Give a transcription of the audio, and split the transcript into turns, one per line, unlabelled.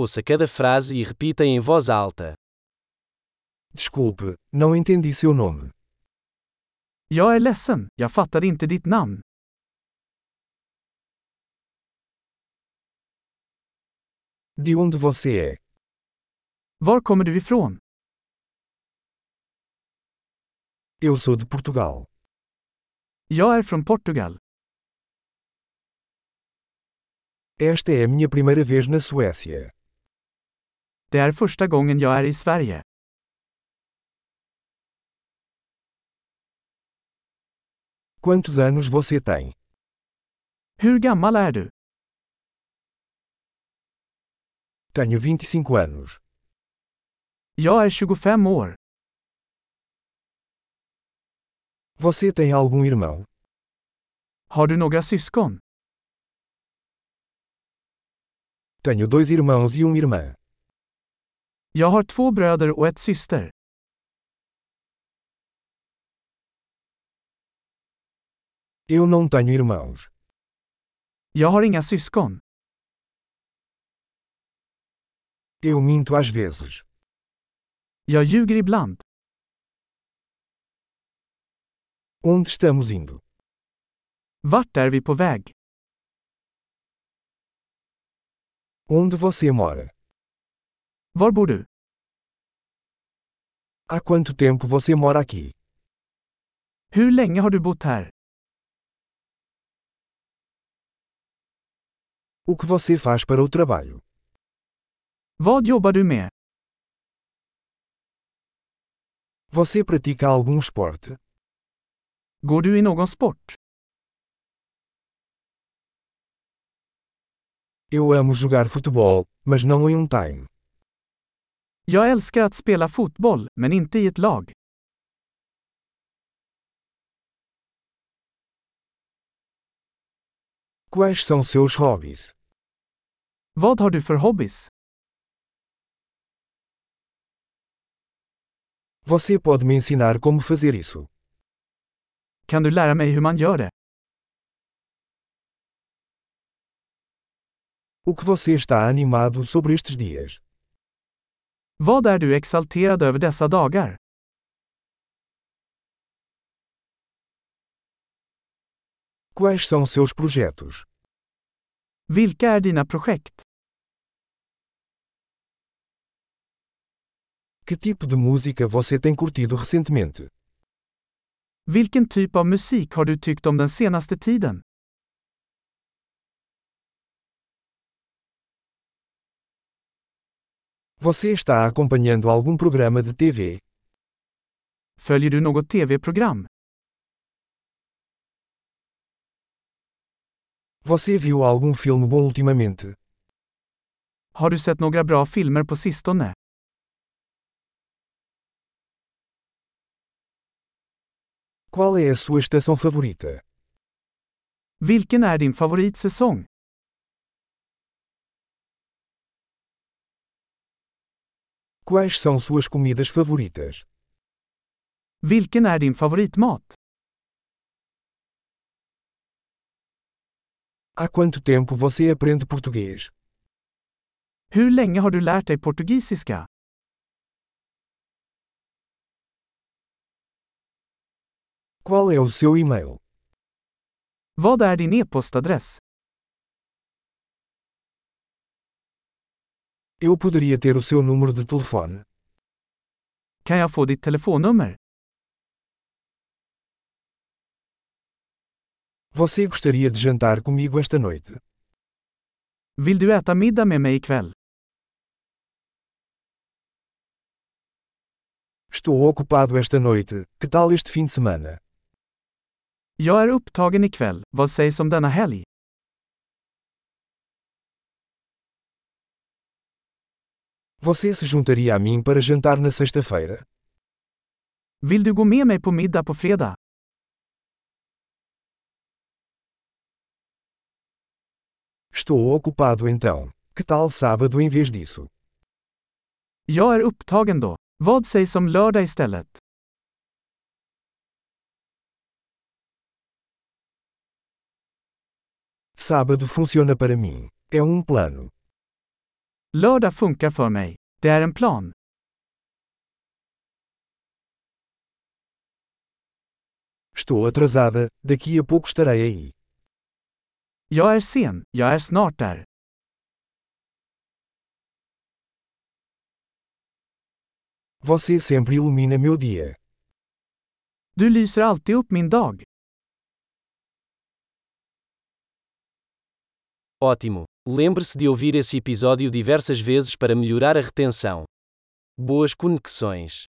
Ouça cada frase e repita em voz alta.
Desculpe, não entendi seu nome.
Jag är ledsen, jag fattar inte ditt namn.
De onde você é?
Var kommer du ifrån?
Eu sou de Portugal.
Jag är från Portugal.
Esta é a minha primeira vez na Suécia.
Det är första gången jag är i Sverige.
Quantos anos você tem?
Hur gammal är du?
Tenho 25 anos.
Jag är 25 år.
Você tem algum irmão?
Har du några syskon?
Tenho dois irmãos e uma irmã.
Jag har två bröder och ett syster.
Eu não tenho irmãos.
Jag har inga syskon.
Eu minto às vezes.
Jag ljuger ibland.
Onde estamos indo?
Vart är vi på väg?
Onde você mora?
Var bor du?
Há quanto tempo você mora aqui?
Hur länge har du bott här?
O que você faz para o trabalho?
Vad jobbar du med?
Você pratica algum esporte?
Går du i någon sport?
Eu amo jogar futebol, mas não em um time.
Jag älskar att spela fotboll, men inte i ett lag.
Quais são seus hobbies?
Vad har du för hobbys?
Você pode me ensinar como fazer isso?
Kan du lära mig hur man gör det?
O que você está animado sobre estes dias?
Vad är du exalterad över dessa dagar?
Quais são seus projetos?
Vilka är dina projekt?
Que tipo de música você tem curtido recentemente?
Vilken typ av musik har du tyckt om den senaste tiden?
Você está acompanhando algum programa de TV?
Följer du något tv-program?
Você viu algum filme bom ultimamente?
Har du sett några bra filmer på sistone?
Qual é a sua estação favorita?
Vilken är din favoritsäsong?
Quais são suas comidas favoritas?
Vilken är din favoritmat?
Há quanto tempo você aprende português?
Hur länge har du lärt dig portugisiska?
Qual é o seu e-mail?
Vad är din e-postadress?
Eu poderia ter o seu número de telefone?
Kan jag få ditt telefonnummer?
Você gostaria de jantar comigo esta noite?
Vill du äta middag med mig ikväll?
Estou ocupado esta noite, que tal este fim de semana?
Jag är upptagen ikväll, vad sägs om denna helg?
Você se juntaria a mim para jantar na sexta-feira?
Vill du gå med mig på middag på fredag?
Estou ocupado então. Que tal sábado em vez disso?
Jag är upptagen då. Vad sägs om lördag istället?
Sábado funciona para mim. É um plano.
Lördag funkar för mig. Det är en plan.
Estou atrasada, daqui a pouco estarei aí.
Jag är sen, jag är snart där.
Você sempre ilumina meu dia.
Du lyser alltid upp min dag.
Ótimo! Lembre-se de ouvir esse episódio diversas vezes para melhorar a retenção. Boas conexões!